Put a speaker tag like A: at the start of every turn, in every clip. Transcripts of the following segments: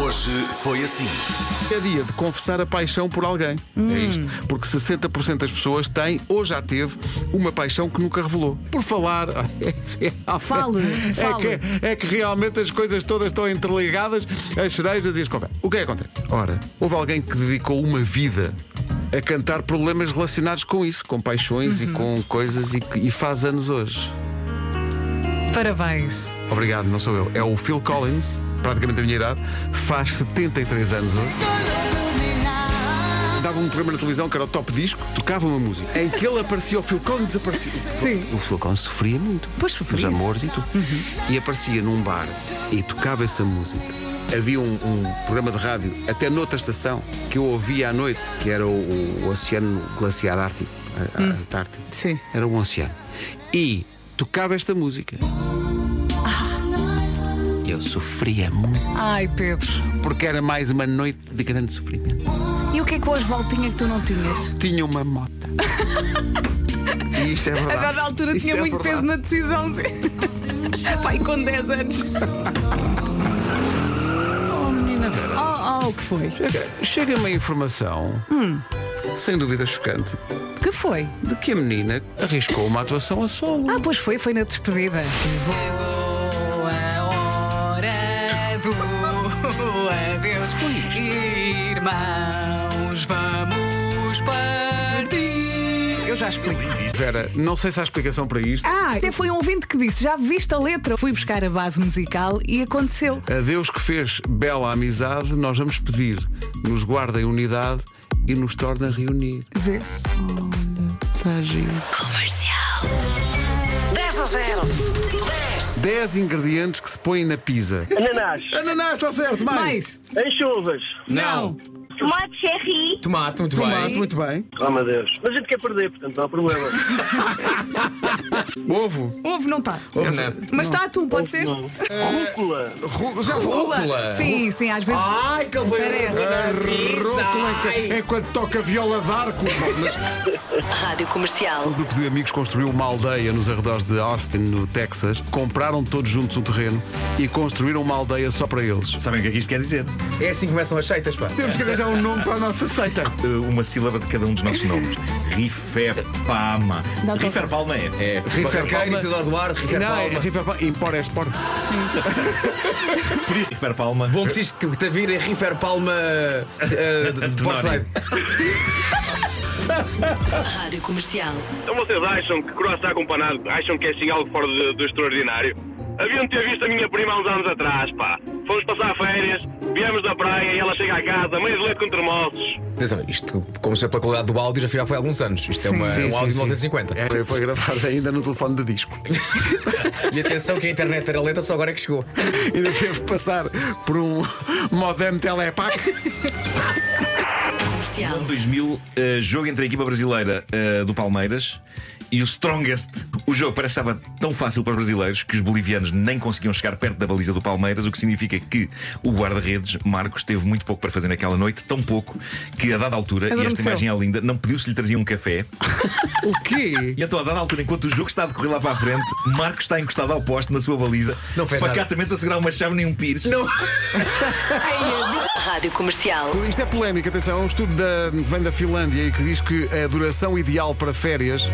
A: Hoje foi assim.
B: É dia de confessar a paixão por alguém.
C: Hum.
B: É isto. Porque 60% das pessoas têm ou já teve uma paixão que nunca revelou. Por falar.
C: Fale,
B: É
C: fale.
B: que, é que realmente as coisas todas estão interligadas, as cerejas e as conversas. O que é que acontece? Ora, houve alguém que dedicou uma vida a cantar problemas relacionados com isso, com paixões e
C: Uhum.
B: com coisas, e, que- e faz anos hoje.
C: Parabéns.
B: Obrigado, não sou eu. É o Phil Collins, praticamente da minha idade, faz 73 anos hoje. Dava um programa na televisão que era o top disco, tocava uma música, em que ele aparecia, o Phil Collins aparecia.
C: Sim.
B: O Phil Collins sofria muito.
C: Pois sofria. Uhum.
B: Os amores e tudo. E aparecia num bar e tocava essa música. Havia um, um programa de rádio, até noutra estação, que eu ouvia à noite, que era o, o Oceano Glaciar Ártico, a-
C: Hum.
B: a- Antártico.
C: Sim.
B: Era um oceano. E tocava esta música. Eu sofria muito.
C: Ai, Pedro.
B: Porque era mais uma noite de grande sofrimento.
C: E o que é que o Oswaldo tinha que tu não tinhas?
B: Tinha uma moto. e isto é verdade.
C: A dada altura
B: Isto
C: tinha
B: é
C: muito
B: verdade.
C: peso na decisão. sim. Pai, com 10 anos.
B: Oh, menina Vera,
C: Oh, oh, o que foi?
B: chega- chega-me a informação,
C: Hum.
B: sem dúvida chocante,
C: que foi?
B: de que a menina arriscou uma atuação a solo.
C: Ah, pois foi, foi na despedida. Chegou a hora do adeus. Irmãos, vamos partir. Eu já explico.
B: Vera, não sei se há explicação para isto.
C: Ah, até foi um ouvinte que disse: já viste a letra? Fui buscar a base musical e aconteceu.
B: A Deus que fez bela amizade, nós vamos pedir, nos guarda em unidade e nos torna a reunir.
C: Vês?
B: Está giro.
D: 10 a 0. 10.
B: 10 ingredientes que se põem na pizza.
E: Ananás,
B: Ananás, está certo, mais.
C: Mais.
E: enxovas.
F: Não.
D: Tomate cherry.
F: Tomate, muito bem.
B: muito bem.
E: Oh meu Deus. Mas a gente quer perder, portanto não há problema.
B: Ovo.
C: Ovo não está.
F: Houve, né?
C: Mas está atum, pode ser?
E: Rúcula.
B: Ru- Já
F: Rúcula.
C: Sim, sim, às vezes.
F: Ai, que
C: Parece.
F: é
B: Rótula enquanto toca viola d'arco.
G: Rádio Comercial.
B: Um grupo de amigos construiu uma aldeia nos arredores de Austin, no Texas. Compraram todos juntos um terreno e construíram uma aldeia só para eles.
H: Sabem o que é que isto quer dizer?
F: É assim que começam as seitas, pá.
B: Temos que arranjar um nome para a nossa seita.
H: Uh, Uma sílaba de cada um dos nossos nomes. Riferpalma.
C: Não, tô-
H: Riferpalma é.
F: É.
B: Rifer
F: Rifer Palma,
B: Palma.
F: Isidoro Duarte, Rifer
B: Não, é
F: Palma.
B: Riverpalm, Impor Expor.
H: Por isso, Riferpalma.
F: Bom que diz que te vir é Rifer Palma eh, de- de
H: Tenório.
F: Portside.
G: Rádio Comercial.
I: Então vocês acham que croissant acompanhado, acham que é assim algo fora do, do extraordinário? Haviam de ter visto a minha prima há uns anos atrás, pá. Fomos passar férias, viemos da praia e ela chega a casa, meio de leite com termossos.
F: Atenção, isto, como se é pela qualidade do áudio, já foi, já foi há alguns anos. Isto é uma,
B: Sim,
F: um
B: sim,
F: áudio de
B: sim.
F: 1950.
B: É, foi- foi gravado ainda no telefone de disco.
F: E atenção que a internet era lenta, só agora é que chegou.
B: Ainda teve que passar por um modem telepac.
G: Comercial.
H: Ano 2000, uh, jogo entre a equipa brasileira uh, do Palmeiras e o Strongest. O jogo parece que estava tão fácil para os brasileiros que os bolivianos nem conseguiam chegar perto da baliza do Palmeiras, o que significa que o guarda-redes, Marcos, teve muito pouco para fazer naquela noite, tão pouco que a dada altura, e esta
C: Adormeceu.
H: imagem é linda, não pediu se lhe traziam um café.
B: O quê?
H: E então, a dada altura, enquanto o jogo está a decorrer lá para a frente, Marcos está encostado ao poste na sua baliza,
F: Não fez nada.
H: pacatamente a segurar uma chave nem um pires.
F: Não.
G: Rádio Comercial.
B: Isto é polémico, atenção. É um estudo da, vem da Finlândia e que diz que a duração ideal para férias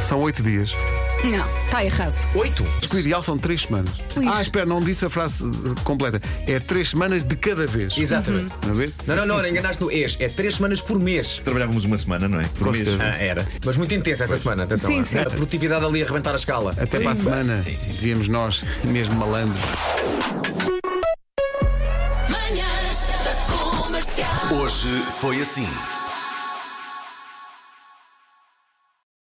B: são oito dias.
C: Não, está errado.
F: Oito.
B: Acho que o ideal são três semanas. Ah, espera, não disse a frase eh, completa. É três semanas de cada vez.
F: Exatamente.
B: Não é ver?
F: Não, não, não, enganaste no ex. É três semanas por mês.
H: Trabalhávamos uma semana, não é? Por
B: Com
H: mês.
B: certeza.
H: Ah, era.
F: Mas muito intensa essa semana, atenção.
C: Sim,
F: é.
C: sim.
F: A produtividade ali a arrebentar a escala.
B: Até para a semana, dizíamos nós, mesmo malandro.
A: Hoje foi assim.